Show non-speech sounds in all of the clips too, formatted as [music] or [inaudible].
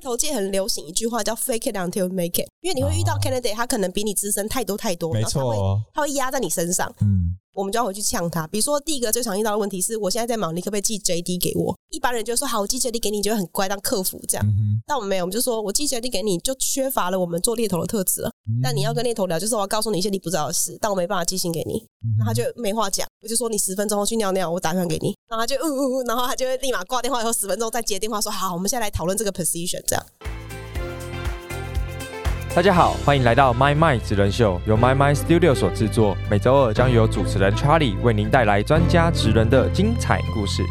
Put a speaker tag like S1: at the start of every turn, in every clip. S1: 投界很流行一句话叫 “fake it until you make it”，因为你会遇到
S2: 哦
S1: candidate，他可能比你资深太多太多，
S2: 没
S1: 然后他会
S2: 错，哦
S1: 他会压在你身上，
S2: 嗯，
S1: 我们就要回去呛他。比如说，第一个最常遇到的问题是我现在在忙，你可不可以寄 JD 给我？一般人就说好，我寄 JD 给你，就会很乖当客服这样。
S2: 嗯哼，
S1: 但我们没有，我们就说我寄 JD 给你，就缺乏了我们做猎头的特质了。啊
S2: 嗯
S1: 但你要，跟猎头聊，就是我要告诉你一些你不知道的事，但我没办法寄信给你。
S2: 嗯
S1: 然后他就没话讲，我就说你十分钟后去尿尿，我打电话给你。然后他就嗯嗯嗯，然后他就会立马挂电话，以后十分钟再接电话说好，我们现在来讨论这个 position 这样。
S3: 大家好，欢迎来到 My My 职人秀，由 My My Studio 所制作。每周二将由主持人 Charlie 为您带来专家职人的精彩故事。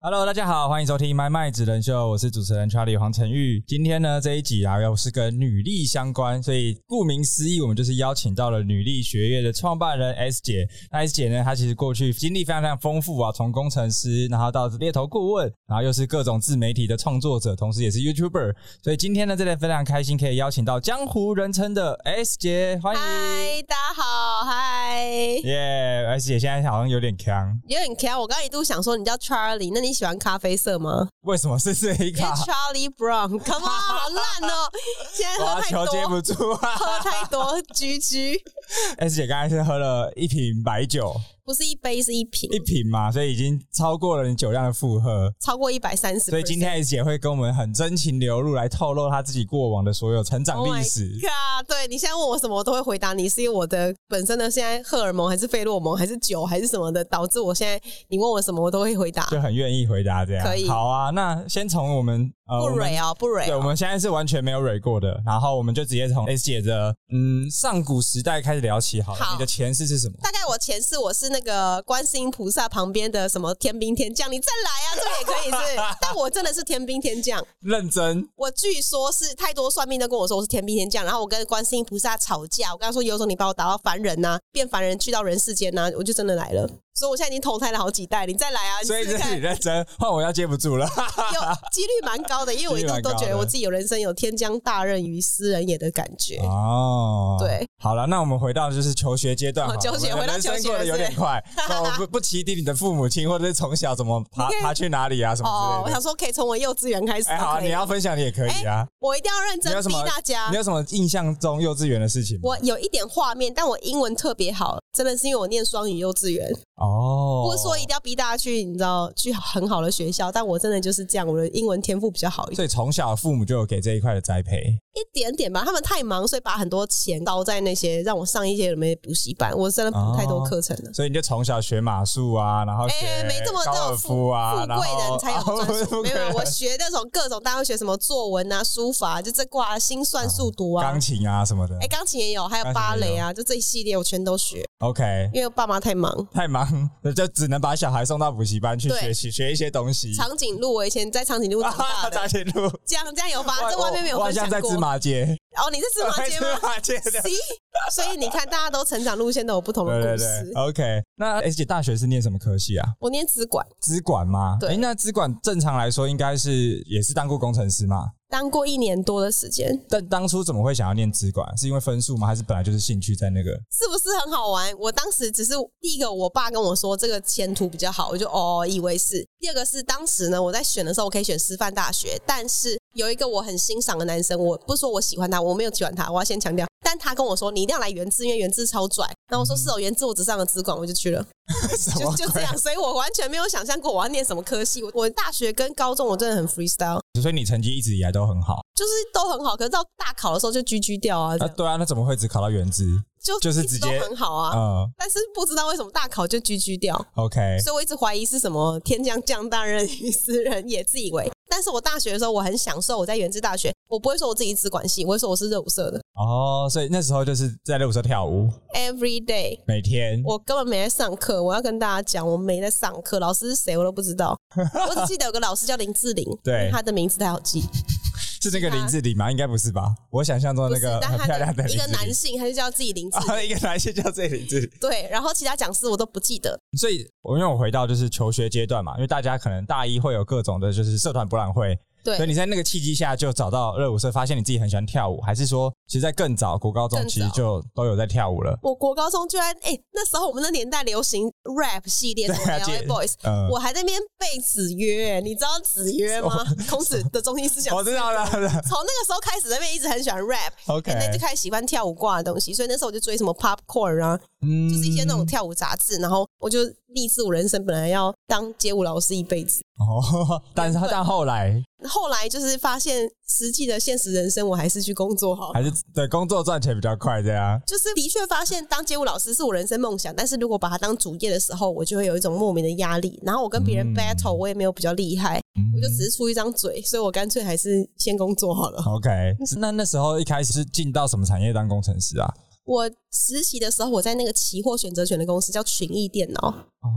S2: Hello，大家好，欢迎收听《麦麦职人秀》，我是主持人 Charlie 黄晨玉。今天呢这一集啊，又是跟女力相关，所以顾名思义，我们就是邀请到了女力学院的创办人 S 姐。那 S 姐呢，她其实过去经历非常非常丰富啊，从工程师，然后到猎头顾问，然后又是各种自媒体的创作者，同时也是 YouTuber。所以今天呢，真的非常开心，可以邀请到江湖人称的 S 姐，欢迎。
S1: 嗨，大家好，嗨。
S2: 耶、s 姐现在好像有点强，
S1: 有点 care，我刚刚一度想说你叫 Charlie，那你喜欢咖啡色吗？ [laughs]
S2: 为什么是这一
S1: 因为
S2: 卡？
S1: Charlie Brown，Come on，好烂
S2: [laughs]
S1: 哦！现在
S2: 哇，
S1: 喝太
S2: 球接
S1: 多，
S2: 不住啊！
S1: 喝太多，居居
S2: S 姐刚才是喝了一瓶白酒，
S1: 不是一杯是一瓶
S2: 一，瓶嘛，所以已经超过了你酒量的负荷。
S1: 超过一百三十。
S2: 所以今天 S 姐会跟我们很真情流露，来透露她自己过往的所有成长
S1: Oh
S2: 历
S1: my
S2: 史。
S1: God，对你现在问我什么，我都会回答你，是因为我的本身的现在荷尔蒙还是费洛蒙还是酒还是什么的，导致我现在你问我什么，我都会回答。
S2: 就很愿意回答这样，
S1: 可以
S2: 好啊，那先从我们呃，
S1: 不
S2: 我们
S1: 蕊哦，不蕊
S2: 对，我
S1: 哦。
S2: 们现在是完全没有蕊过的，然后我们就直接从 S 姐的嗯上古时代开始聊起好了。
S1: 好
S2: 你的前世是什么？
S1: 大概我前世我是那个观世音菩萨旁边的什么天兵天将，你再来啊，这个也可以
S2: [laughs]
S1: 是。但我真的是天兵天将，
S2: 认真
S1: 我据说是太多算命的跟我说我是天兵天将，然后我跟观世音菩萨吵架，我跟他说有种你把我打到凡人呐、啊变凡人去到人世间呐、我就真的来了。所以我现在已经投胎了好几代，你再来啊，你
S2: [laughs] 所以
S1: 试试
S2: 这是
S1: 看，
S2: 你认真，换我要接不住了。
S1: 有几率蛮高的，因为我一
S2: 几率
S1: 度
S2: 蛮
S1: 都
S2: 高的
S1: 觉得我自己有人生有天将大任于斯人也的感觉。
S2: 哦，
S1: 对，
S2: 好了，那我们回到就是求学阶段好了，
S1: 哦求学
S2: 我们
S1: 回到
S2: 人生
S1: 求学
S2: 过得有
S1: [laughs]
S2: 点快，那我不不提及你的父母亲，或者是从小怎么爬
S1: 你可以
S2: 爬去哪里啊什
S1: 哦
S2: 么，
S1: 我
S2: 之类
S1: 想
S2: 的。
S1: 说可以从我幼稚园开始
S2: 哎，好
S1: 都
S2: 啊，
S1: 可
S2: 你
S1: 以，
S2: 要分享你也可以啊。
S1: 我一定要认真
S2: 你有什
S1: 逼
S2: 么
S1: 大家
S2: 你。有什么印象中幼稚园的事情吗？
S1: 我有一点画面，但我英文特别好，真的是因为我念双语幼稚园。
S2: 哦，
S1: 不是说一定要逼大家去，你知道去很好的学校，但我真的就是这样，我的英文天赋比较好一点
S2: 所以从小父母就有给这一块的栽培。
S1: 一点点吧。他们太忙，所以把很多钱刀在那些让我上一些什么补习班，我真的补太多课程了。
S2: 哦所以你就从小学马术啊，然后学
S1: 哎、没这么那
S2: 高尔
S1: 种
S2: 夫
S1: 富
S2: 啊，
S1: 富
S2: 然后
S1: 贵人才有
S2: 哦不
S1: 专
S2: [laughs] 是
S1: 属，
S2: 富
S1: 没
S2: 贵
S1: 有没有，
S2: 人
S1: 我学那种各种，大家会学什么作文啊、书法，就这挂啊心算、速读啊
S2: 钢。琴啊什么的
S1: 哎，。钢琴也有，还有芭蕾啊，就这一系列我全都学，
S2: OK，
S1: 因为我爸妈太忙。
S2: 太忙，就只能把小孩送到补习班去
S1: 对
S2: 学习学一些东西。
S1: 长颈鹿，我以前在长颈鹿
S2: [laughs]
S1: 长大
S2: 大
S1: 的，
S2: 铁路，
S1: 这样这样有吧？这外面没有
S2: 啊我好
S1: 分享
S2: 像在
S1: 过。
S2: 芝麻街，
S1: 哦，你是芝麻街
S2: [laughs]
S1: 吗
S2: 芝？麻街的。
S1: [laughs] 行，所以你看，大家都成长路线都有不同的
S2: 对对
S1: 故
S2: 对
S1: 事。
S2: ，OK。那 S 姐大学是念什么科系啊？
S1: 我念资管，
S2: 资管吗？
S1: 对
S2: 诶那资管正常来说应该是也是当过工程师嘛？
S1: 当过一年多的时间，
S2: 但当初怎么会想要念资管？是因为分数吗？还是本来就是兴趣在那个？
S1: 是不是很好玩？我当时只是第一个，我爸跟我说这个前途比较好，我就哦以为是。第二个是当时呢，我在选的时候，我可以选师范大学，但是有一个我很欣赏的男生，我不是说我喜欢他，我没有喜欢他，我要先强调。但他跟我说你一定要来原资，因为原资超拽。然后我说是哦，原资我只上了资管，我就去了。
S2: 什
S1: [laughs] 就 [laughs]
S2: 么
S1: 就这
S2: 鬼？
S1: 样，所以我完全没有想象过我要念什么科系。我我大学跟高中我真的很 freestyle，
S2: 所以你成绩一直以来都很好
S1: 就是都很好，可是到大考的时候就居居掉啊，这
S2: 啊？
S1: 样
S2: 对啊，那怎么会只考到原资？
S1: 就
S2: 就是
S1: 一直
S2: 直
S1: 都
S2: 接
S1: 很好啊。
S2: 嗯
S1: 但是不知道为什么大考就居居掉，
S2: ，OK，
S1: 所以我一直怀疑是什么天将降大任于斯人也，自以为。但是我大学的时候，我很享受我在原治大学，我不会说我自己资管系，我会说我是热舞社的。
S2: 哦，所以那时候就是在热舞社跳舞，
S1: Every day，
S2: 每天
S1: 我根本没在上课，我要跟大家讲，我没在上课，老师是谁我都不知道，我只记得有个老师叫林志 [laughs] 玲，
S2: 对
S1: 因为他的名字太好记，
S2: 是那个林志玲吗？应该不是吧？我想象中
S1: 啊不
S2: 的那
S1: 是，
S2: 个
S1: 但
S2: 很
S1: 他
S2: 漂亮的林
S1: 一
S2: 志
S1: 个
S2: 玲
S1: 男性，他就叫自己 [laughs] 林志玲。
S2: 啊，一个男性叫这里这 [laughs] 里。
S1: 对，然后其他讲师我都不记得，
S2: 所以，我因为我回到就是求学阶段嘛，因为大家可能大一会有各种的就是社团博览会，
S1: 对
S2: 所以你在那个契机下就找到热舞社，发现你自己很喜欢跳舞，还是说其实在更早国高中
S1: 更早
S2: 其实就都有在跳舞了？
S1: 我国高中居然哎、那时候我们那年代流行 rap 系列，什么
S2: 对啊
S1: LA
S2: 姐
S1: Boys，、
S2: 嗯
S1: 我还在那边背子曰、你知道子曰
S2: [laughs]
S1: 吗？孔子的中心思想。
S2: 我知道了，我知道了
S1: 从那个时候开始，那边一直很喜欢 rap，
S2: [laughs] OK，
S1: 那就开始喜欢跳舞挂的东西，所以那时候我就追什么 popcorn 啊，
S2: 嗯
S1: 就是一些那种跳舞杂志，然后我就立志我人生本来要当街舞老师一辈子。
S2: 哦，但是
S1: 对
S2: 但后来
S1: 后来就是发现实际的现实人生，我还是去工作好了。
S2: 还是对工作赚钱比较快，这样。
S1: 就是的确发现当街舞老师是我人生梦想，但是如果把它当主业的时候，我就会有一种莫名的压力。然后我跟别人
S2: 嗯
S1: battle，我也没有比较厉害，我就只是出一张嘴，所以我干脆还是先工作好了。
S2: OK，那那时候一开始是进到什么产业当工程师啊？
S1: [laughs] 我实习的时候，我在那个期货选择权的公司叫群益电脑，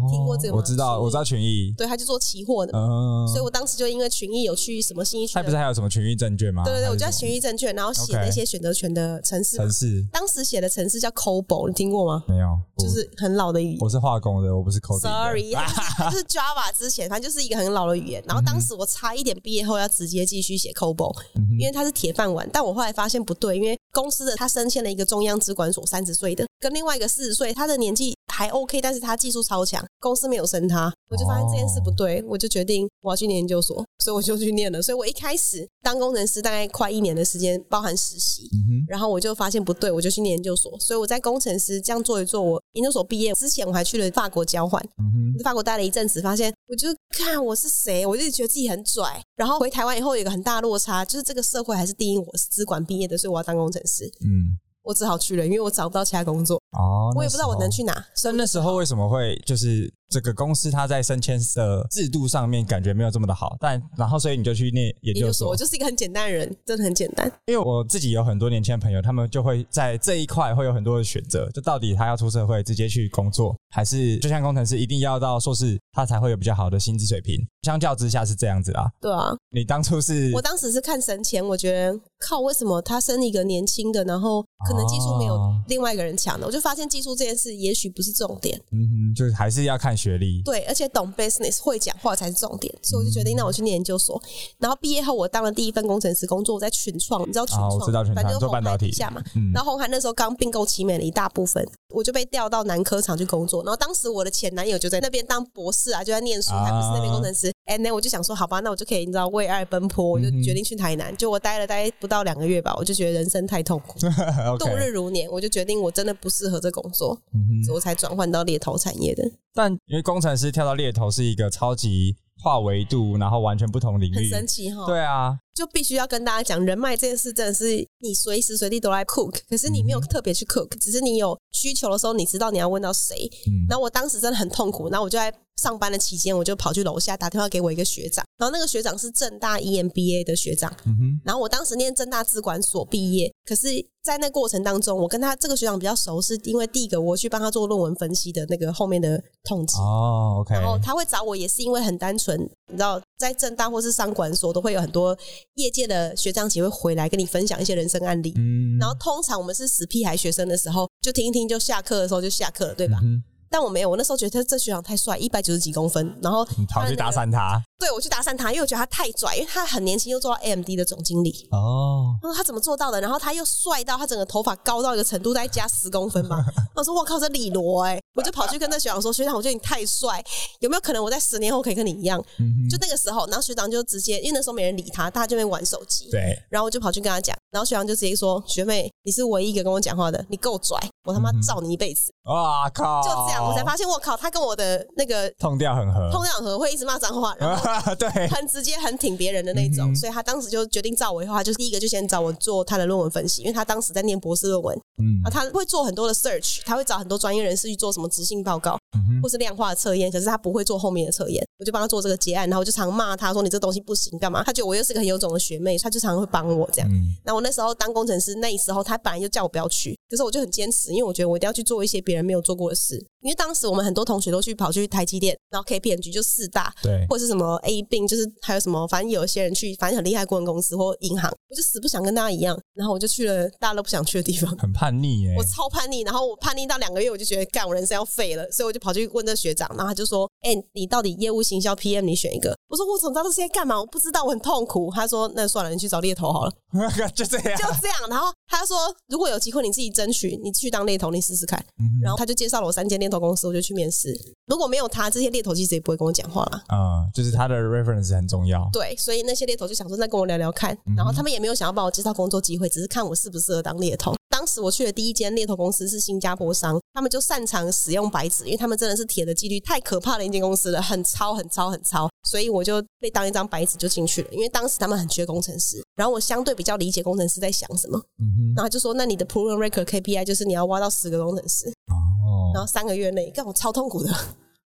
S1: 听过这个吗
S2: 哦我知道，
S1: 群益
S2: 我知道群益，
S1: 对，他就做期货的嘛。
S2: 嗯，
S1: 所以我当时就因为群益有去什么新一区
S2: 他
S1: 的，
S2: 不是还啊有什么群益证券吗？
S1: 对对对，我就在
S2: 叫
S1: 群益证券，然后写
S2: OK
S1: 那些选择权的城市。
S2: 城市
S1: 当时写的城市叫 COBOL，你听过吗？
S2: 没有，我
S1: 就是很老的语言。
S2: 我是化工的，我不是 coding 的。 [laughs]
S1: Sorry，它就是它就是 Java 之前，反正就是一个很老的语言。然后当时我差一点毕业后要直接继续写 COBOL，、
S2: 嗯哼
S1: 因为它是铁饭碗。但我后来发现不对，因为公司的他升迁了一个中央资管所三十岁的，跟另外一个四十岁，他的年纪还 OK，但是他技术超强，公司没有升他，我就发现这件事不对，我就决定我要去念研究所，所以我就去念了。所以我一开始当工程师大概快一年的时间，包含实习，
S2: 嗯
S1: 然后我就发现不对，我就去念研究所。所以我在工程师这样做一做，我研究所毕业之前，我还去了法国交换。
S2: 哼，嗯
S1: 我
S2: 哼，
S1: 在法国待了一阵子，发现我就是看我是谁，我就觉得自己很拽。然后回台湾以后有一个很大落差，就是这个社会还是定义我是资管毕业的，所以我要当工程师。
S2: 嗯，
S1: 我只好去了，因为我找不到其他工作，
S2: 哦，
S1: 我也不知道我能去
S2: 哪。
S1: 哪。所
S2: 但
S1: 以
S2: 那时候为什么会就是这个公司它在升迁的制度上面感觉没有这么的好，但然后所以你就去念研
S1: 研
S2: 究
S1: 究所，
S2: 所
S1: 我，就是一个很简单的人，真的很简单。
S2: 因为我自己有很多年轻的朋友，他们就会在这一块会有很多的选择，就到底他要出社会直接去工作，还是就像工程师一定要到硕士，他才会有比较好的薪资水平。相较之下是这样子啦。
S1: 对啊，
S2: 你当初是
S1: 我当时是看神前，我觉得靠，为什么他生一个年轻的，然后可能技术没有
S2: 哦
S1: 另外一个人强的？我就发现技术这件事也许不是重点，
S2: 嗯哼，就是还是要看学历。
S1: 对，而且懂 business 会讲话才是重点，所以我就决定，那我去念研究所。然后毕业后，我当了第一份工程师工作，我在群创，你知道群
S2: 啊，
S1: 创，
S2: 我知道全
S1: 反正就
S2: 团做半导体
S1: 下嘛。，
S2: 嗯
S1: 然后红海那时候刚并购奇美的一大部分，我就被调到南科厂去工作。然后当时我的前男友就在那边当博士啊，就在念书，
S2: 啊
S1: 他不是那边工程师。哎，那我就想说，好吧，那我就可以你知道为爱奔波，我就
S2: 嗯哼
S1: 决定去台南。就我待了大概不到两个月吧，我就觉得人生太痛苦，
S2: [laughs] ，OK，
S1: 度日如年，我就决定我真的不适合这工作，
S2: 嗯哼
S1: 所以我才转换到猎头产业的。
S2: 但因为工程师跳到猎头是一个超级跨维度，然后完全不同领
S1: 很
S2: 域，
S1: 神奇哦哈、
S2: 对啊，
S1: 就必须要跟大家讲，人脉这件事真的是你随时随地都来 cook，可是你没有特别去 cook，只是你有需求的时候，你知道你要问到谁。
S2: 嗯
S1: 然后我当时真的很痛苦，然后我就在上班的期间，我就跑去楼下打电话给我一个学长，然后那个学长是正大 E EMBA 的学长，
S2: 嗯哼，
S1: 然后我当时念正大资管所毕业，可是，在那过程当中，我跟他这个学长比较熟，是因为第一个我去帮他做论文分析的那个后面的统计，
S2: 哦，OK，
S1: 然后他会找我也是因为很单纯，你知道，在正大或是商管所都会有很多业界的学长姐会回来跟你分享一些人生案例。
S2: 嗯
S1: 然后通常我们是死屁孩学生的时候，就听一听就下课的时候就下课了，对啊
S2: 嗯
S1: 吧？
S2: 哼
S1: 但我没有，我那时候觉得这学长太帅，一百九十几公分，然后
S2: 你跑去搭讪他，
S1: 对我去搭讪他，因为我觉得他太拽，因为他很年轻就做到 AMD 的总经理。
S2: 哦，
S1: 他说他怎么做到的？然后他又帅到他整个头发高到一个程度，再加十公分
S2: [laughs]
S1: 吧。我说我靠，这李罗哎、我就跑去跟那学长说，学长，我觉得你太帅，有没有可能我在十年后可以跟你一样？
S2: 嗯哼
S1: 就那个时候，然后学长就直接，因为那时候没人理他，大家就在玩手机。
S2: 对，
S1: 然后我就跑去跟他讲，然后学长就直接说：“学妹，你是唯一一个跟我讲话的，你够拽，我他妈
S2: 嗯哼
S1: 罩你一辈子。
S2: 哇靠，
S1: 就这样，我才发现，我靠，他跟我的那个 [laughs]
S2: 痛掉很合，
S1: 通常和会一直骂脏话，然后
S2: 啊， [laughs] 对，
S1: 很直接、很挺别人的那种，
S2: 嗯哼
S1: 所以他当时就决定找我以后，他就第一个就先找我做他的论文分析，因为他当时在念博士论文，
S2: 嗯
S1: 啊，他会做很多的 search，他会找很多专业人士去做什么执行报告
S2: 嗯哼
S1: 或是量化的测验，可是他不会做后面的测验，我就帮他做这个结案，然后我就常骂他说你这东西不行干嘛？他觉得我又是个很有种的学妹，他就常会帮我这样。
S2: 嗯
S1: 那我那时候当工程师，那时候他本来就叫我不要去，可是我就很坚持，因为我觉得我一定要去做一些别人没有做过的事。因为当时我们很多同学都去跑去台积电，然后 KPMG 就四大，
S2: 对，
S1: 或是什么 A 病，就是还有什么，反正有一些人去，反正很厉害的顾问公司或银行，我就死不想跟大家一样，然后我就去了大家都不想去的地方。
S2: 很叛逆耶
S1: 我，超叛逆，然后我叛逆到两个月，我就觉得干我人生要废了，所以我就跑去问这学长，然后他就说：“哎、你到底业务行销 PM 你选一个？”我说：“我怎么知道这是在干嘛？我不知道，我很痛苦。”他说：“那算了，你去找猎头好了。”
S2: [laughs] 就这样
S1: 就。这样。然后他说，如果有机会你自己争取，你去当猎头，你试试看。
S2: 嗯哼
S1: 然后他就介绍了我三间猎头公司，我就去面试。如果没有他，这些猎头其实也不会跟我讲话啦。
S2: 啊、就是他的 reference 很重要。
S1: 对，所以那些猎头就想说，那跟我聊聊看。然后他们也没有想要帮我介绍工作机会，只是看我适不适合当猎头。当时我去的第一间猎头公司是新加坡商，他们就擅长使用白纸，因为他们真的是铁的纪律，太可怕的一间公司了，很超很超很超，所以我就被当一张白纸就进去了。因为当时他们很缺工程师，然后我相对比较理解工程师在想什么，
S2: 嗯
S1: 然后就说，那你的 proven record KPI 就是你要挖到十个工程师，
S2: 哼，哦，
S1: 然后三个月内，干我超痛苦的，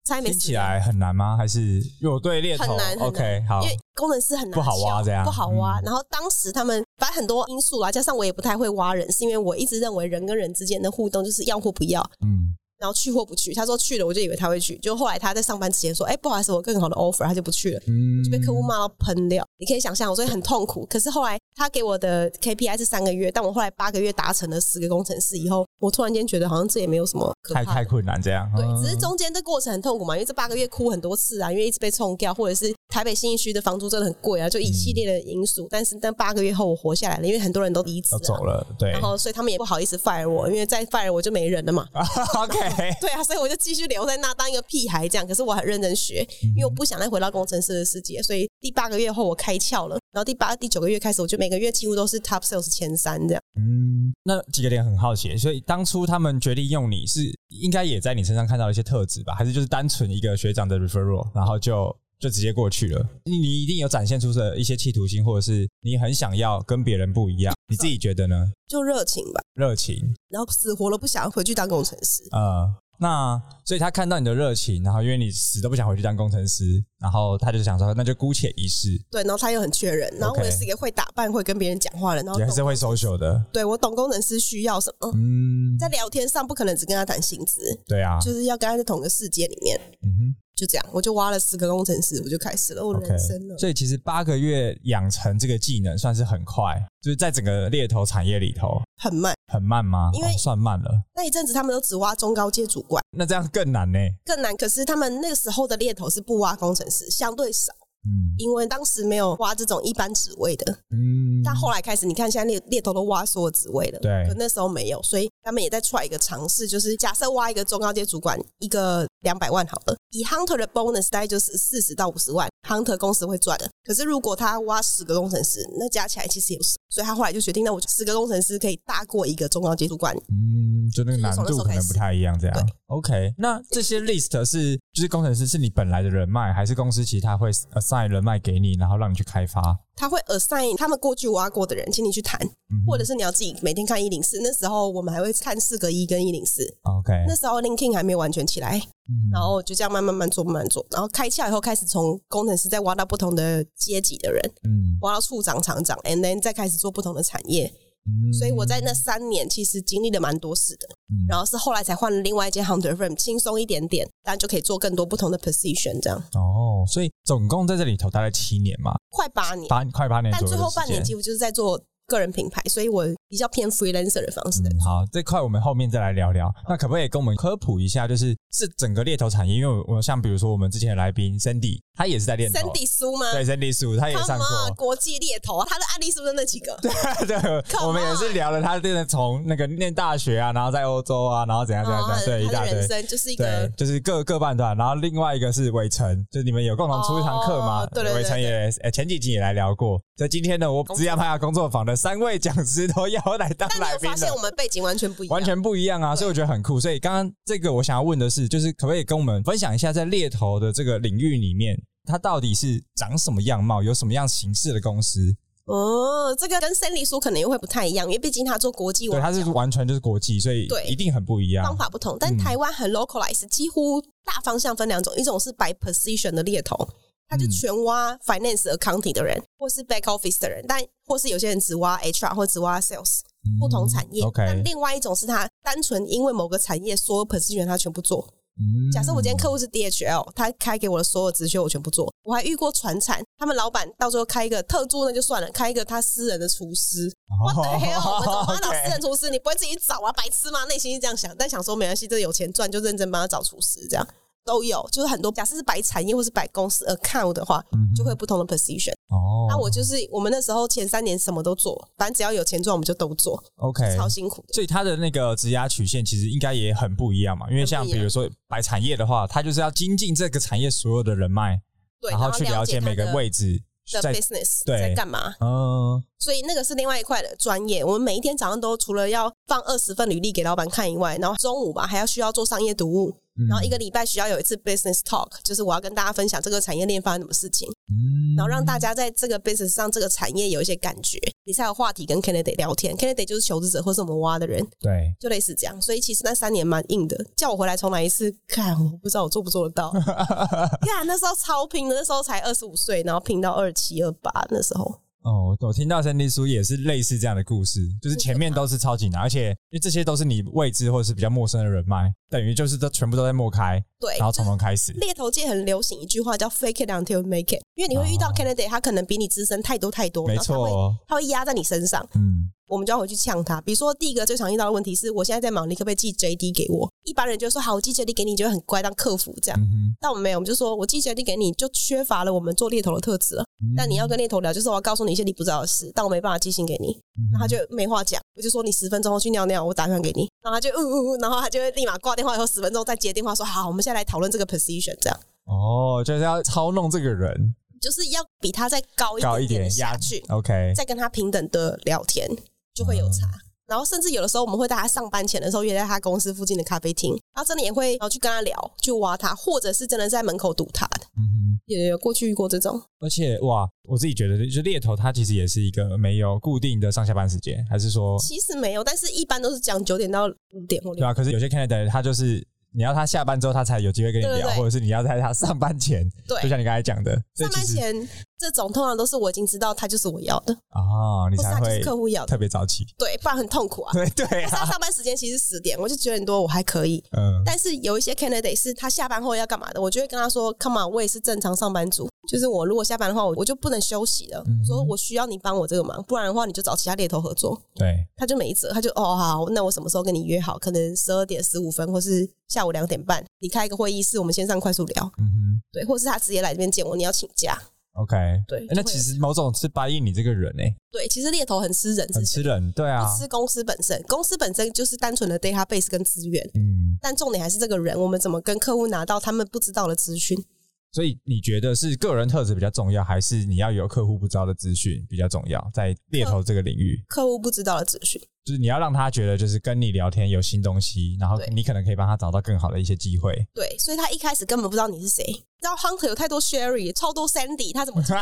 S1: 差点没
S2: 听
S1: 死
S2: 起来很难吗？还是因为我对猎头
S1: 很难很难
S2: o k 好
S1: 因，为工程师很难
S2: 不好挖
S1: 撬
S2: 这样嗯
S1: 不好挖。然后当时他们反正很多因素啦，加上我也不太会挖人，是因为我一直认为人跟人之间的互动就是要或不要，
S2: 嗯，
S1: 然后去或不去。他说去了，我就以为他会去，就后来他在上班之前说，哎、不好意思，我有更好的 offer，他就不去了。
S2: 嗯
S1: 就被客户骂到喷掉。你可以想象，我所以很痛苦。可是后来他给我的 KPI 是三个月，但我后来八个月达成了十个工程师以后，我突然间觉得好像这也没有什么可
S2: 太
S1: 怕
S2: 嗯太
S1: 的。
S2: 困难这样。
S1: 对，
S2: 嗯
S1: 只是中啊间这过程很痛苦嘛，因为这八个月哭很多次啊，因为一直被冲掉，或者是台北新一区的房租真的很贵啊，就一系列的因素。但是那八个月后我活下来了，因为很多人都离职
S2: 嗯要
S1: 了
S2: 走了，对
S1: 啊，然后所以他们也不好意思 fire 我，因为再 fire 我就没人了
S2: 啊
S1: 嘛。
S2: [laughs]
S1: [laughs]
S2: ，OK，
S1: 对啊，所以我就继续留在那当一个屁孩这样。可是我很认真学，因
S2: 嗯
S1: 为我不想再回到工程师的世界。所以第八个月后我开窍了，然后第八、第九个月开始，我就每个月几乎都是 top sales 前三这样。
S2: 嗯，那几个点很好奇，所以当初他们决定用你是应该也在你身上看到一些特质吧？还是就是单纯一个学长的 referral，然后就就直接过去了？你你一定有展现出的一些企图心，或者是你很想要跟别人不一样，你自己觉得呢？
S1: 就热情吧，
S2: 热情，
S1: 然后死活了不想回去当工程师。
S2: 呃，那所以他看到你的热情，然后因为你死都不想回去当工程师，然后他就想说，那就姑且一试，
S1: 对，然后他又很缺人，然后
S2: OK
S1: 我也是一个会打扮、会跟别人讲话的人，然后
S2: 也还是
S1: 懂
S2: 会 social 的，
S1: 对我懂工程师需要什么，
S2: 嗯，
S1: 在聊天上不可能只跟他谈薪资，
S2: 对啊，
S1: 就是要跟他在同个世界里面。
S2: 嗯哼。
S1: 就这样，我就挖了十个工程师，我就开始了我
S2: OK，
S1: 人生了。
S2: 所以其实八个月养成这个技能算是很快，就是在整个猎头产业里头
S1: 很慢，
S2: 很慢吗？
S1: 因为
S2: 哦算慢了，
S1: 那一阵子他们都只挖中高阶主管。
S2: 那这样更难呢。
S1: 更难。可是他们那个时候的猎头是不挖工程师，相对少，
S2: 嗯
S1: 因为当时没有挖这种一般职位的。
S2: 嗯，
S1: 但后来开始，你看现在猎猎头都挖所有职位了，
S2: 对
S1: 可那时候没有，所以他们也在 try 一个尝试，就是假设挖一个中高阶主管，一个两百万好了，以 hunter 的 bonus 大概就是四十到五十万，hunter 公司会赚的。可是如果他挖十个工程师，那加起来其实也不是，所以他后来就决定，那我十个工程师可以大过一个中高阶主管，
S2: 嗯，就那个难度可能不太一样，这样
S1: 对。
S2: OK，那这些 list 是就是工程师是你本来的人脉，还是公司其实他会 assign 人脉给你，然后让你去开发？
S1: 他会 assign 他们过去挖过的人，请你去谈，
S2: 嗯哼
S1: 或者是你要自己每天看一零四。那时候我们还会看四个一跟一零四，
S2: OK，
S1: 那时候 LinkedIn 还没有完全起来，
S2: 嗯
S1: 然后就这样慢慢慢慢做，慢慢做，然后开窍以后开始从工程师再挖到不同的阶级的人，
S2: 嗯
S1: 挖到处长、厂长，and then 再开始做不同的产业。
S2: 嗯
S1: 所以我在那三年其实经历了蛮多事的，
S2: 嗯
S1: 然后是后来才换了另外一间 hunter firm，轻松一点点，但就可以做更多不同的 position，这样
S2: 哦，所以总共在这里头大概七年嘛，
S1: 快八年，
S2: 八快八年
S1: 但
S2: 左右
S1: 最
S2: 的
S1: 后半
S2: 时间
S1: 年几乎就是在做个人品牌，所以我比较偏 freelancer 的方式的。
S2: 嗯，好，这块我们后面再来聊聊。那可不可以跟我们科普一下，就是是整个猎头产业？因为我我像比如说我们之前的来宾 Cindy，他也是在猎头
S1: Sandy 苏吗？
S2: 对 Cindy 叔，他也
S1: 他
S2: 上
S1: 妈
S2: 过。
S1: 国际猎头，啊他的案例是不是那几个？对，
S2: [laughs] 对，啊
S1: Come
S2: 我们也是聊了他真的从那个念大学啊，然后在欧洲啊，然后怎样怎样怎样，对一
S1: 哦他
S2: 大
S1: 的人
S2: 堆。
S1: 生就是一
S2: 对
S1: 个，
S2: 就是各各半段，然后另外一个是伟成，就是你们有共同出一堂课嘛？
S1: 哦对对对
S2: 伟成也呃前几集也来聊过。所以今天呢，我
S1: 工作
S2: 只想他工作坊的三位讲师都要来当
S1: 但你
S2: 来
S1: 有
S2: 宾
S1: 发
S2: 了。
S1: 现我们背景完全不一样，
S2: 完全不一样啊，所以我觉得很酷。所以刚刚这个我想要问的是，就是可不可以跟我们分享一下，在猎头的这个领域里面，它到底是长什么样貌，有什么样形式的公司？
S1: 哦。这个跟 Sandy 苏可能又会不太一样，因为毕竟他做国际
S2: 对，
S1: 网
S2: 它是完全就是国际，所以
S1: 对
S2: 一定很不一样。
S1: 方法不同，但
S2: 嗯
S1: 台湾很 localize，几乎大方向分两种，一种是 by position 的猎头，他就
S2: 嗯
S1: 全挖 finance accounting 的人，或是 back office 的人，但或是有些人只挖 HR 或只挖 sales。
S2: 嗯
S1: 不同产业。
S2: OK，
S1: 但另外一种是他单纯因为某个产业所有 position 他全部做，
S2: 嗯
S1: 假设我今天客户是 DHL，他开给我的所有职缺我全部做。我还遇过船产，他们老板到时候开一个特助那就算了，开一个他私人的厨师。
S2: 哦
S1: 我的天啊，我们怎么帮他
S2: [laughs]
S1: 找私人厨师？你不会自己找啊，白痴吗？内心是这样想，但想说没关系，这有钱赚就认真帮他找厨师，这样都有。就是很多假设是白产业或是白公司 account 的话，就会有不同的 position。
S2: 嗯哦，
S1: 那我就是我们那时候前三年什么都做，反正只要有钱赚我们就都做，
S2: OK，
S1: 超辛苦的。
S2: 所以它的那个职涯曲线其实应该也很不一样嘛，因为像
S1: 很不一
S2: 比
S1: 样
S2: 如说白产业的话，它就是要精进这个产业所有的人脉，
S1: 对，
S2: 然后去了解每个位
S1: 置
S2: 置
S1: 的
S2: 在
S1: business
S2: 对
S1: 在干嘛，
S2: 嗯
S1: 所以那个是另外一块的专业。我们每一天早上都除了要放二十份履历给老板看以外，然后中午吧还要需要做商业读物，
S2: 嗯
S1: 然后一个礼拜需要有一次 business talk，就是我要跟大家分享这个产业链发生什么事情，
S2: 嗯
S1: 然后让大家在这个 business 上这个产业有一些感觉，你才有话题跟 candidate 聊天。candidate 就是求职者或是我们挖的人，
S2: 对，
S1: 就类似这样。所以其实那三年蛮硬的，叫我回来重来一次，看我不知道我做不做得
S2: [laughs]
S1: 到。呀，那时候超拼的，那时候才二十五岁，然后拼到二七二八，那时候
S2: 哦，我听到三 D 书也是类似这样的故事，就是前面都是超级难，而且因为这些都是你未知或者是比较陌生的人脉，等于就是都全部都在默开，
S1: 对，
S2: 然后从头开始。
S1: 猎头界很流行一句话叫 “fake it until you make it”，因为你会遇到
S2: 哦
S1: candidate，他可能比你资深太多太多，
S2: 没
S1: 然后他
S2: 错
S1: 会
S2: 哦，
S1: 他会压在你身上，
S2: 嗯，
S1: 我们就要回去呛他。比如说，第一个最常遇到的问题是我现在在忙，你可不可以寄 JD 给我？一般人就说好，我寄 JD 给你，你就会很乖当客服这样。
S2: 嗯哼
S1: 但我们没有，我们就说我寄 JD 给你，就缺乏了我们做猎头的特质了。
S2: 嗯
S1: 但你要跟猎头聊，就是我要告诉你一些你不知道的事，但我没办法寄信给你。然后
S2: 嗯
S1: 他就没话讲，我就说你十分钟后去尿尿，我打电话给你。然后他就嗯嗯嗯，然后他就会立马挂电话，以后十分钟再接电话说好，我们现在来讨论这个 position，这样
S2: 哦，就是要操弄这个人，
S1: 就是要比他再高一
S2: 搞一
S1: 点点
S2: 点
S1: 的
S2: 压
S1: 下去，
S2: OK，
S1: 再跟他平等的聊天，就会有差。然后甚至有的时候，我们会在他上班前的时候约在他公司附近的咖啡厅，然后真的也会然后去跟他聊，去挖他，或者是真的在门口堵他的，
S2: 嗯哼。
S1: 也有过去遇过这种。
S2: 而且哇，我自己觉得，就猎头它其实也是一个没有固定的上下班时间，还是说
S1: 其实没有，但是一般都是讲九点到五点或
S2: 对
S1: 六。
S2: 啊？可是有些 candidate 他就是你要他下班之后他才有机会跟你聊，
S1: 对对对
S2: 或者是你要在他上班前，
S1: 对
S2: 就像你刚才讲的，这
S1: 上
S2: 其
S1: 班
S2: 实
S1: 前这种通常都是我已经知道他就是我要的，
S2: 啊、你
S1: 或是
S2: 才
S1: 他就是
S2: 会
S1: 客户要的，
S2: 特别早起，
S1: 对，不然很痛 [laughs] 苦啊。
S2: 对对
S1: 他
S2: 啊，
S1: 上班时间其实十点，我就九点多我还可以，
S2: 嗯，
S1: 但是有一些 candidate 是他下班后要干嘛的，我就会跟他说，Come on，我也是正常上班族，就是我如果下班的话，我我就不能休息了，
S2: 嗯哼
S1: 说我需要你帮我这个忙，不然的话你就找其他猎头合作。
S2: 对，
S1: 他就没辙，他就哦好，那我什么时候跟你约好？可能十二点十五分，或是下午两点半，你开一个会议室，我们线上快速聊，
S2: 嗯
S1: 对，或是他直接来这边见我，你要请假，
S2: 哼，OK，欸、
S1: 对，
S2: 那
S1: 就会
S2: 其实某种是答应你这个人诶、
S1: 对，其实猎头很吃人，
S2: 很吃人，对啊
S1: 不，吃公司本身，公司本身就是单纯的 database 跟资源，
S2: 嗯，
S1: 但重点还是这个人，我们怎么跟客户拿到他们不知道的资讯？
S2: 所以你觉得是个人特质比较重要，还是你要有客户不知道的资讯比较重要，在猎头这个领域？
S1: 客户不知道的资讯，
S2: 嗯就是你要让他觉得就是跟你聊天有新东西，然后
S1: 对
S2: 你可能可以帮他找到更好的一些机会。
S1: 对，所以他一开始根本不知道你是谁。你知道 Hunter 有太多 Sherry，超多 Sandy，他怎么知道？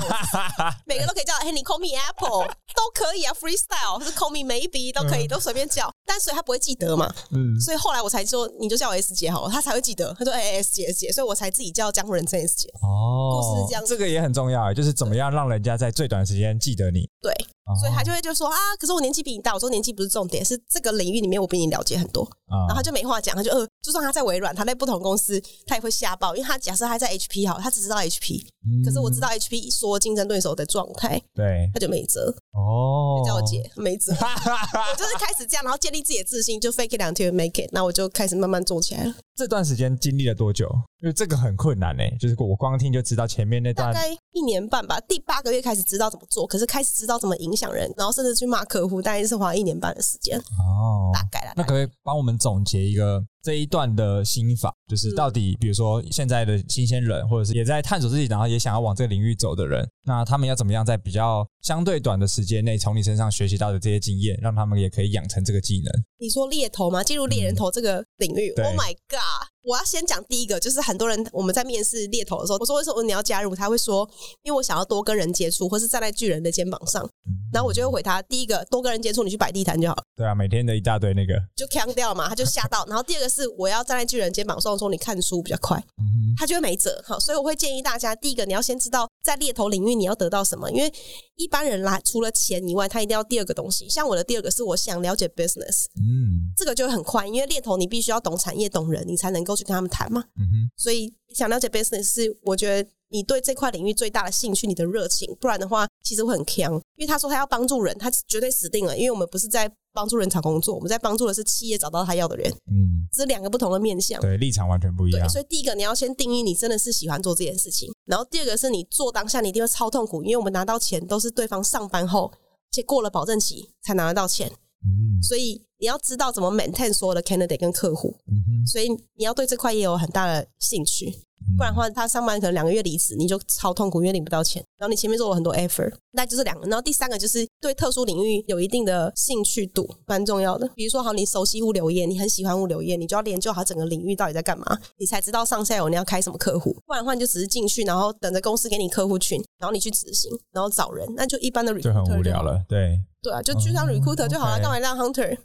S1: 每个都可以叫，嘿，你 call me Apple 都可以啊，freestyle 是 call me maybe 都可以，都随便叫，但所以他不会记得嘛。
S2: 嗯，
S1: 所以后来我才说，你就叫我 S 姐好了，他才会记得。他说，哎、s 姐 S 姐，所以我才自己叫江湖人称 S 姐。
S2: 哦，
S1: 故事是这样子
S2: 这个也很重要，欸就是怎么样让人家在最短时间记得你。
S1: 对，
S2: 哦
S1: 所以他就会就说啊，可是我年纪比你大。我说年纪不是重点，是这个领域里面我比你了解很多。
S2: 啊
S1: 然后他就没话讲，他就呃，就算他在微软，他在不同公司，他也会吓爆，因为他假设他在 HP 好了，他只知道 HP，
S2: 嗯
S1: 可是我知道 HP 所有竞争对手的状态，
S2: 对
S1: 他就没辙，
S2: 哦，。
S1: 叫我姐没辙
S2: [laughs] 哈哈
S1: 我
S2: 哈。
S1: 就是开始这样，然后建立自己的自信，就 fake it 两天 make it，那我就开始慢慢做起来了。
S2: 这段时间经历了多久？因为这个很困难呢、欸就是我光听就知道前面那
S1: 大
S2: 段
S1: 概一年半吧，第八个月开始知道怎么做，可是开始知道怎么影响人，然后甚至去骂客户，大概是花一年半的时间，
S2: 哦
S1: 大概啦。
S2: 那可不可以帮我们总结一个这一段的心法？
S1: 嗯
S2: 就是到底，比如说现在的新鲜人，或者是也在探索自己，然后也想要往这个领域走的人，那他们要怎么样在比较相对短的时间内，从你身上学习到的这些经验，让他们也可以养成这个技能？
S1: 你说猎头吗？进入猎人头这个领域、
S2: 嗯对
S1: o h my god！我要先讲第一个，就是很多人我们在面试猎头的时候，我说为什么你要加入？他会说，因为我想要多跟人接触，或是站在巨人的肩膀上。然后我就会回他，第一个多跟人接触，你去摆地摊就好了，
S2: 对啊，每天的一大堆那个，
S1: 就腔掉嘛，他就吓到。然后第二个的是我要站在巨人肩膀上说你看书比较快，
S2: 嗯
S1: 他就会没辙哈。所以我会建议大家，第一个你要先知道在猎头领域你要得到什么，因为一般人来除了钱以外，他一定要第二个东西。像我的第二个是我想了解 business，
S2: 哼嗯
S1: 这个就会很快，因为猎头你必须要懂产业、懂人，你才能够去跟他们谈嘛。
S2: 嗯哼
S1: 所以想了解 business 是我觉得你对这块领域最大的兴趣、你的热情，不然的话其实会很强。因为他说他要帮助人，他绝对死定了，因为我们不是在帮助人找工作，我们在帮助的是企业找到他要的人，
S2: 嗯，
S1: 这是两个不同的面向。
S2: 对，立场完全不一
S1: 对，
S2: 样。
S1: 所以第一个你要先定义你真的是喜欢做这件事情，然后第二个是你做当下你一定会超痛苦，因为我们拿到钱都是对方上班后，且过了保证期才拿得到钱，
S2: 嗯
S1: 所以你要知道怎么 maintain 所有的 candidate 跟客户，
S2: 嗯哼
S1: 所以你要对这块也有很大的兴趣，
S2: 嗯
S1: 不然的话他上班可能两个月离职，你就超痛苦，因为领不到钱，然后你前面做了很多 effort，那就是两个，然后第三个就是对特殊领域有一定的兴趣度，蛮重要的。比如说，好，你熟悉物流业，你很喜欢物流业，你就要研究好整个领域到底在干嘛，你才知道上下游你要开什么客户，不然的话你就只是进去，然后等着公司给你客户群，然后你去执行，然后找人，那就一般的 recruiter
S2: 就很无
S1: 就好
S2: 聊了。对，
S1: 对啊，就就像
S2: 哦
S1: recruiter 就好了，
S2: OK
S1: 干嘛让 hunter？hunter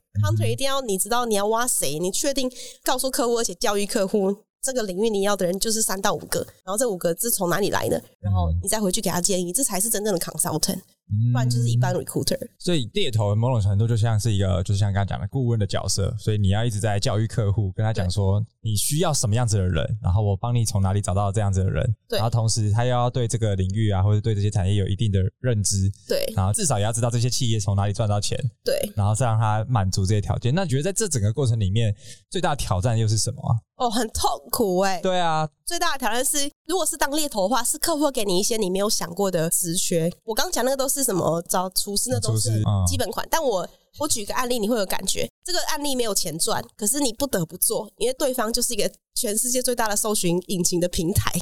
S1: 嗯一定要你知道你要挖谁，你确定告诉客户，而且教育客户这个领域你要的人就是三到五个，然后这五个是从哪里来的，然后你再回去给他建议，这才是真正的 consultant，不
S2: 不
S1: 然就是一般嗯 recruiter。
S2: 所以猎头某种程度就像是一个，就是像刚刚讲的顾问的角色，所以你要一直在教育客户，跟他讲说你需要什么样子的人，然后我帮你从哪里找到这样子的人，
S1: 对
S2: 然后同时他又要对这个领域啊，或者对这些产业有一定的认知，
S1: 对
S2: 然后至少也要知道这些企业从哪里赚到钱，
S1: 对，
S2: 然后再让他满足这些条件。那你觉得在这整个过程里面，最大的挑战又是什么啊？
S1: 哦，很痛苦哎、
S2: 对啊，
S1: 最大的挑战是，如果是当猎头的话，是客户会给你一些你没有想过的职缺。我刚讲那个都是什么找厨师，那都是
S2: 厨师嗯
S1: 基本款。但我我举一个案例，你会有感觉。这个案例没有钱赚，可是你不得不做，因为对方就是一个全世界最大的搜寻引擎的平台。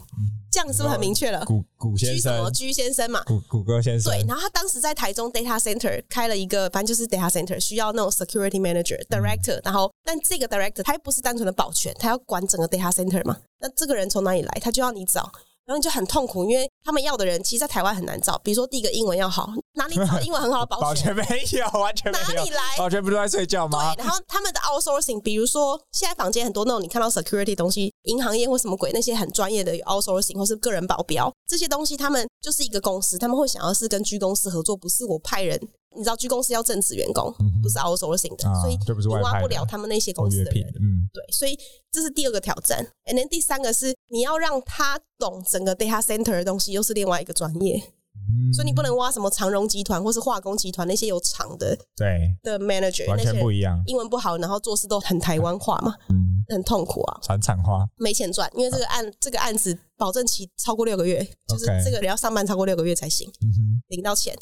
S1: 这样是不是很明确了？
S2: 古古嗯先
S1: 居什么
S2: 生，
S1: 居先生嘛？
S2: 古谷歌先生，
S1: 对，然后他当时在台中 data center 开了一个，反正就是 data center 需要那种 security manager
S2: 嗯
S1: director，、然后但这个 director 他又不是单纯的保全，他要管整个 data center 嘛。那这个人从哪里来，他就要你找，然后你就很痛苦，因为他们要的人其实，在台湾很难找。比如说第一个英文要好，哪里
S2: [laughs]
S1: 找英文很好的保
S2: 保
S1: 全？
S2: 全没有，完全没
S1: 哪
S2: 有
S1: 里，来？
S2: 保全不是在睡觉吗
S1: 对，？然后他们的 outsourcing，比如说现在坊间很多那种你看到 security 东西，银行业或什么鬼那些很专业的 outsourcing 或是个人保镖这些东西，他们就是一个公司，他们会想要是跟居公司合作，不是我派人。你知道居公司要正职员工，
S2: 嗯哼
S1: 不是 outsourcing 的，
S2: 啊
S1: 所以
S2: 这不是
S1: 你
S2: 外
S1: 挖
S2: 派
S1: 不
S2: 的
S1: 了他们那些
S2: 我
S1: 公司
S2: 约
S1: 的
S2: 聘
S1: 人。，
S2: 嗯
S1: 对，所以这是第二个挑战。And then 第三个是你要让他懂整个 data center 的东西，又是另外一个专业，
S2: 嗯
S1: 所以你不能挖什么长荣集团或是化工集团那些有厂的
S2: 对，
S1: 的 manager，
S2: 完
S1: 那些
S2: 全
S1: 人
S2: 不一样，
S1: 英文不好，然后做事都很台湾化嘛，
S2: 嗯，
S1: 很痛苦啊，
S2: 传产化，
S1: 没钱赚。因为这个案这个案子保证期超过六个月，就是这个人要上班超过六个月才行
S2: 嗯哼，
S1: 领到钱，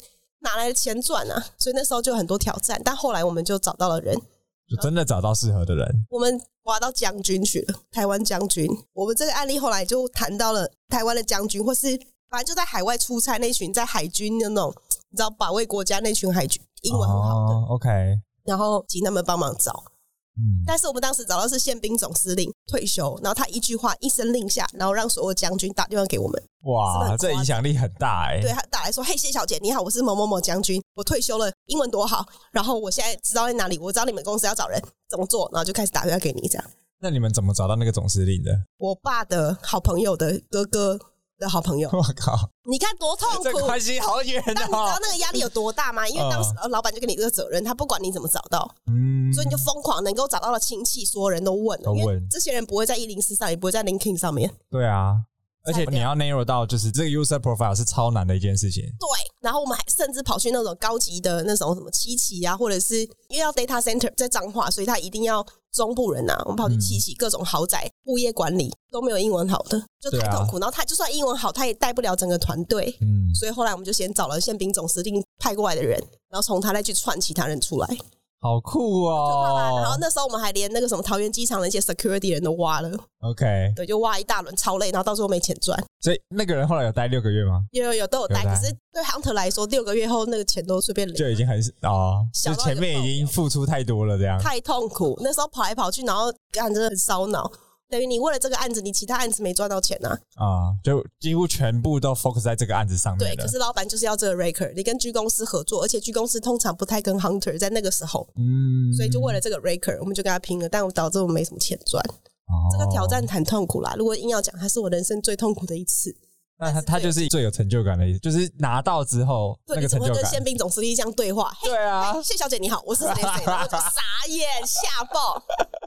S1: 哪来的钱赚啊？所以那时候就很多挑战，但后来我们就找到了人，
S2: 就真的找到适合的人，
S1: 我们挖到将军去了，台湾将军。我们这个案例后来就谈到了台湾的将军，或是反正就在海外出差那群在海军的那种，你知道保卫国家那群海军，英文很好的，
S2: 哦，OK，
S1: 然后请他们帮忙找。
S2: 嗯，
S1: 但是我们当时找到是宪兵总司令退休，然后他一句话一声令下，然后让所有将军打电话给我们，是
S2: 哇，
S1: 很
S2: 这
S1: 夸张
S2: 影响力很大哎，
S1: 对他啊打来说：“嘿，谢小姐，你好，我是某某某将军，我退休了，英文多好，然后我现在知道在哪里，我知道你们公司要找人怎么做，然后就开始打电话给你这样。”
S2: 那你们怎么找到那个总司令的？ [laughs]，
S1: 我爸的好朋友的哥哥的好朋友
S2: 我靠，
S1: 你看多痛
S2: 这
S1: 苦。
S2: 关系好远
S1: 但你知道
S2: 哦，
S1: 那个压力有多大吗？因为当时呃老板就给你这个责任，他不管你怎么找到，
S2: 嗯，
S1: 所以你就疯狂能够找到了亲戚，所有人都问
S2: 都
S1: 了，
S2: 问
S1: 因为这些人不会在一零四上，也不会在 LinkedIn 上面。
S2: 对啊。而且
S1: 不
S2: 你
S1: 了
S2: 要 narrow 到，就是这个 user profile 是超难的一件事情。
S1: 对，然后我们还甚至跑去那种高级的那种什么七期啊，或者是因为要 data center 在彰化，所以他一定要中部人啊。我们跑去七期各种豪宅、物业管理都没有英文好的，就
S2: 对
S1: 太
S2: 啊
S1: 痛苦。然后他就算英文好，他也带不了整个团队。
S2: 嗯，
S1: 所以后来我们就先找了宪兵总司令派过来的人，然后从他那去串其他人出来。
S2: 好酷
S1: 然后
S2: 哦。
S1: 那时候我们还连那个什么桃园机场的一些 security 人都挖了，
S2: OK，
S1: 对，就挖一大轮，超累，然后到时候没钱赚。
S2: 所以那个人后来有待六个月吗？
S1: 有有有都有带，
S2: 有带
S1: 可是对 hunter 来说，六个月后那个钱都随便领。
S2: 就已经很哦，
S1: 小
S2: 就
S1: 到
S2: 前面已经付出太多了，这样。
S1: 太痛苦，那时候跑来跑去，然后感真的很烧脑。等于你为了这个案子，你其他案子没赚到钱呐、
S2: 啊，就几乎全部都 focus 在这个案子上
S1: 对，
S2: 面了
S1: 可。是老板就是要这个 raker，你跟 G 公司合作，而且 G 公司通常不太跟 hunter 在那个时候，
S2: 嗯
S1: 所以就为了这个 raker，我们就跟他拼了，但我导致我没什么钱赚。
S2: 哦
S1: 这个挑战很痛苦啦，如果硬要讲，它是我人生最痛苦的一次。
S2: 那他他就是最有成就感的意思，就是拿到之后
S1: 对，
S2: 那
S1: 你
S2: 个
S1: 怎么
S2: 成就
S1: 会跟
S2: 感。
S1: 宪兵总司令这样对话？嘿，
S2: 对啊，
S1: 谢小姐你好，我是谁谁谁，然后我就傻眼吓爆，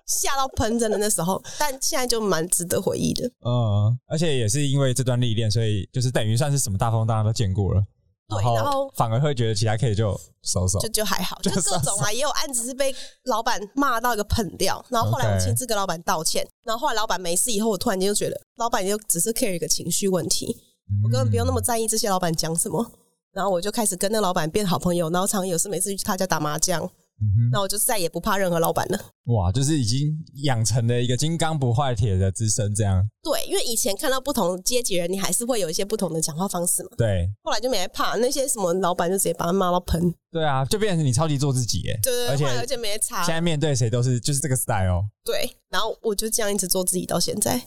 S1: 吓到喷真的那时候，但现在就蛮值得回忆的。
S2: 嗯，而且也是因为这段历练，所以就是等于算是什么大风大浪都见过了。
S1: 对然
S2: 然
S1: 后
S2: 反而会觉得其他 K 就收手
S1: 就。就还好，就
S2: 就
S1: 各种
S2: 算
S1: 啊，也有案子是被老板骂到一个喷掉，然后后来
S2: OK
S1: 我亲自跟老板道歉，然后后来老板没事以后，我突然间就觉得老板就只是 care 一个情绪问题，我
S2: 嗯
S1: 根本不用那么在意这些老板讲什么。然后我就开始跟那老板变好朋友，然后常有事没事去他家打麻将，
S2: 嗯
S1: 那我就再也不怕任何老板了。
S2: 哼，哇，就是已经养成了一个金刚不坏铁的资深这样。
S1: 对，因为以前看到不同阶级人，你还是会有一些不同的讲话方式嘛。
S2: 对，
S1: 后来就没怕那些什么老板，就直接把他骂到喷。
S2: 对啊，就变成你超级做自己耶。
S1: 对对
S2: 而
S1: 对，
S2: 且
S1: 后来就没差。
S2: 现在面对谁都是就是这个 style 哦。
S1: 对，然后我就这样一直做自己到现在，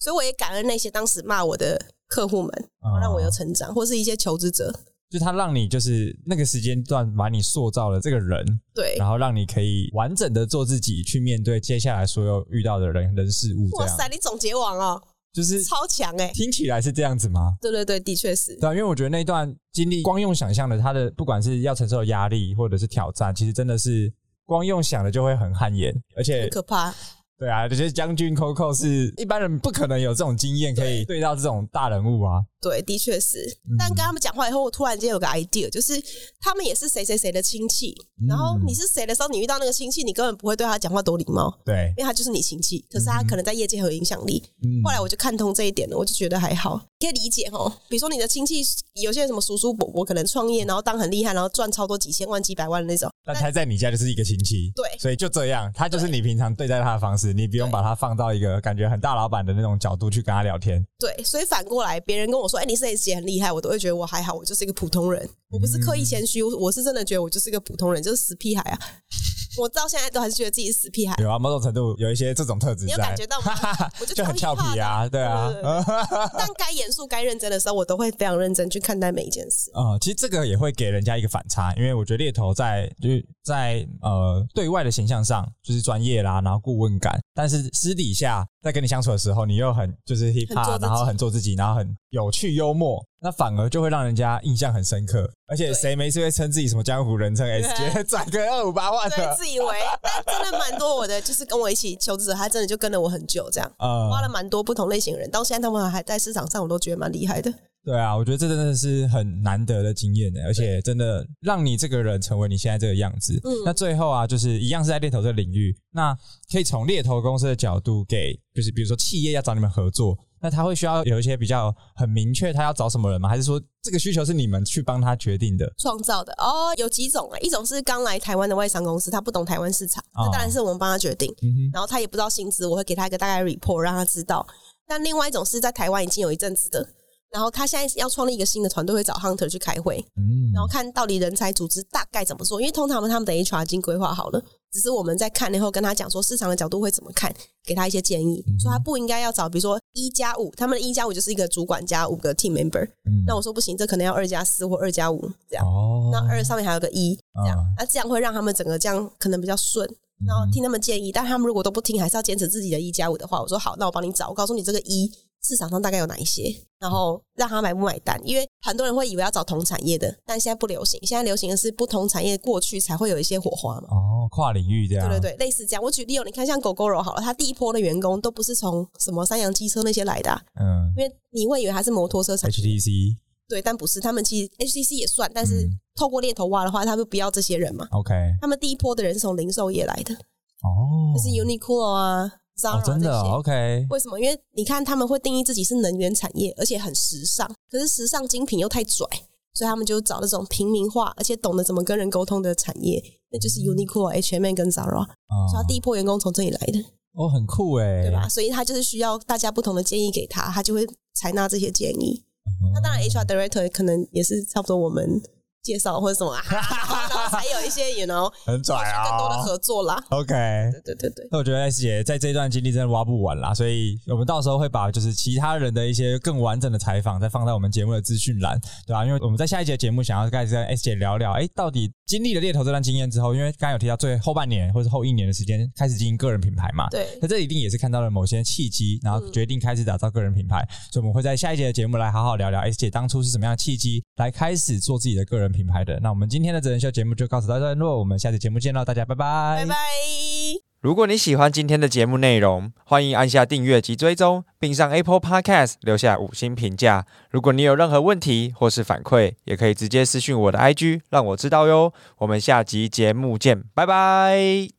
S1: 所以我也感恩那些当时骂我的客户们，然后让我
S2: 哦
S1: 有成长，或是一些求职者。
S2: 就他让你就是那个时间段把你塑造了这个人，
S1: 对，
S2: 然后让你可以完整的做自己，去面对接下来所有遇到的人人事物，这
S1: 哇
S2: 样
S1: 塞，你总结王哦，
S2: 就是
S1: 超强哎、
S2: 听起来是这样子吗？
S1: 对对对，的确是。
S2: 对啊、因为我觉得那一段经历，光用想象的，他的不管是要承受的压力或者是挑战，其实真的是光用想的就会很汗颜，而且
S1: 很可怕，
S2: 对啊，这些将军 Coco 是一般人不可能有这种经验，可以对到这种大人物啊。
S1: 对，的确是。
S2: 嗯
S1: 但跟他们讲话以后，我突然间有个 idea，就是他们也是谁谁谁的亲戚。
S2: 嗯
S1: 然后你是谁的时候，你遇到那个亲戚，你根本不会对他讲话多礼貌，
S2: 对，
S1: 因为他就是你亲戚。可是他可能在业界很有影响力，
S2: 嗯
S1: 后来我就看通这一点了，我就觉得还好，可以理解哦。比如说你的亲戚有些什么叔叔伯伯可能创业，然后当很厉害，然后赚超多几千万、几百万的那种，
S2: 但他在你家就是一个亲戚，
S1: 对
S2: 所以就这样，他就是你平常对待他的方式，你不用
S1: 对
S2: 把他放到一个感觉很大老板的那种角度去跟他聊天。
S1: 对，所以反过来，别人跟我说：“哎、你是谁姐很厉害”，我都会觉得我还好，我就是一个普通人，我不是刻
S2: 嗯
S1: 意谦虚，我是真的觉得我就是一个普通人，就是死屁孩啊！我到现在都还是觉得自己是死屁孩。
S2: 有啊，某种程度有一些这种特质
S1: 你有
S2: 在
S1: 感觉，到
S2: [laughs]
S1: 吗？我就
S2: 就很
S1: 超
S2: 俏
S1: 怕的
S2: 皮啊，对啊，
S1: 对对对 [laughs] 但该严肃、该认真的时候，我都会非常认真去看待每一件事。
S2: 啊、其实这个也会给人家一个反差，因为我觉得猎头在就是在呃对外的形象上就是专业啦，然后顾问感，但是私底下在跟你相处的时候，你又很就是 hip
S1: 很做自己
S2: hop，然后很做自己，然后很有趣幽默，那反而就会让人家印象很深刻。而且
S1: 对
S2: 谁没事会称自己什么江湖人称 S
S1: 对
S2: 姐， [laughs] 赚个二五八万
S1: [laughs] 对，
S2: 的？
S1: 自以为，但真的蛮多我的，就是跟我一起求职者，他真的就跟了我很久，这样
S2: 呃
S1: 挖了蛮多不同类型的人，到现在他们还在市场上，我都觉得蛮厉害的。
S2: 对啊，我觉得这真的是很难得的经验呢，欸而且真的让你这个人成为你现在这个样子。
S1: 嗯
S2: 那最后啊，就是一样是在猎头这个领域，那可以从猎头公司的角度给，就是比如说企业要找你们合作，那他会需要有一些比较很明确他要找什么人吗？还是说这个需求是你们去帮他决定的？
S1: 创造的哦，有几种啊，一种是刚来台湾的外商公司，他不懂台湾市场，
S2: 哦
S1: 那当然是我们帮他决定，
S2: 嗯
S1: 然后他也不知道薪资，我会给他一个大概 report 让他知道。但另外一种是在台湾已经有一阵子的，然后他现在要创立一个新的团队，会找 hunter 去开会，
S2: 哼，嗯
S1: 然后看到底人才组织大概怎么做，因为通常他们的 HR 已经规划好了，只是我们在看，然后跟他讲说市场的角度会怎么看，给他一些建议，说他不应该要找比如说一加五，他们的一加五就是一个主管加五个 team member，
S2: 嗯
S1: 那我说不行，这可能要二加四或二加五这样，
S2: 哦，嗯
S1: 那二上面还有个一这样，那啊这样会让他们整个这样可能比较顺。然后听他们建议，但他们如果都不听，还是要坚持自己的一加五的话，我说好，那我帮你找，我告诉你这个一市场上大概有哪一些，然后让他买不买单，因为很多人会以为要找同产业的，但现在不流行，现在流行的是不同产业过去才会有一些火花嘛。
S2: 哦，跨领域这样，
S1: 对对对，类似这样。我举例哦，你看像狗狗肉好了，它第一波的员工都不是从什么三洋机车那些来的啊、
S2: 对，嗯
S1: 因为你会以为它是摩托车厂，
S2: ，HTC。
S1: 对，但不是，他们其实 HTC 也算，但是
S2: 嗯
S1: 透过猎头挖的话，他们不要这些人嘛。
S2: OK，
S1: 他们第一波的人是从零售业来的，
S2: 哦，
S1: 就是 Uniqlo 啊、Zara
S2: 哦，
S1: 这
S2: 真
S1: 些。
S2: 的哦 OK，
S1: 为什么？因为你看他们会定义自己是能源产业，而且很时尚，可是时尚精品又太拽，所以他们就找那种平民化，而且懂得怎么跟人沟通的产业，那就是 Uniqlo、H&M 跟 Zara。
S2: 嗯哦
S1: 所以他第一波员工从这里来的，
S2: 哦，很酷哎，
S1: 对吧？？所以他就是需要大家不同的建议给他，他就会采纳这些建议。那当然，HR director 可能也是差不多我们介绍或者什么啊， [laughs] 然后才有一些也能
S2: 很拽啊、
S1: 更多的合作啦。
S2: OK，
S1: 对对对对，
S2: 那我觉得 S 姐在这一段经历真的挖不完啦，所以我们到时候会把就是其他人的一些更完整的采访再放在我们节目的资讯栏，对吧、因为我们在下一节节目想要开始跟 S 姐聊聊，哎，到底经历了猎头这段经验之后，因为刚刚有提到最后半年或者后一年的时间开始经营个人品牌嘛，
S1: 对
S2: 那这一定也是看到了某些契机，然后决定开始打造个人品牌，所以我们会在下一节的节目来好好聊聊 S 姐当初是什么样的契机来开始做自己的个人品牌的。那我们今天的真人秀节目就告诉到段落，我们下期节目见喽，大家拜拜，
S1: 拜拜。
S3: 如果你喜欢今天的节目内容，欢迎按下订阅及追踪，并上 Apple Podcast 留下五星评价。如果你有任何问题或是反馈，也可以直接私讯我的 IG 让我知道哟。我们下集节目见，拜拜。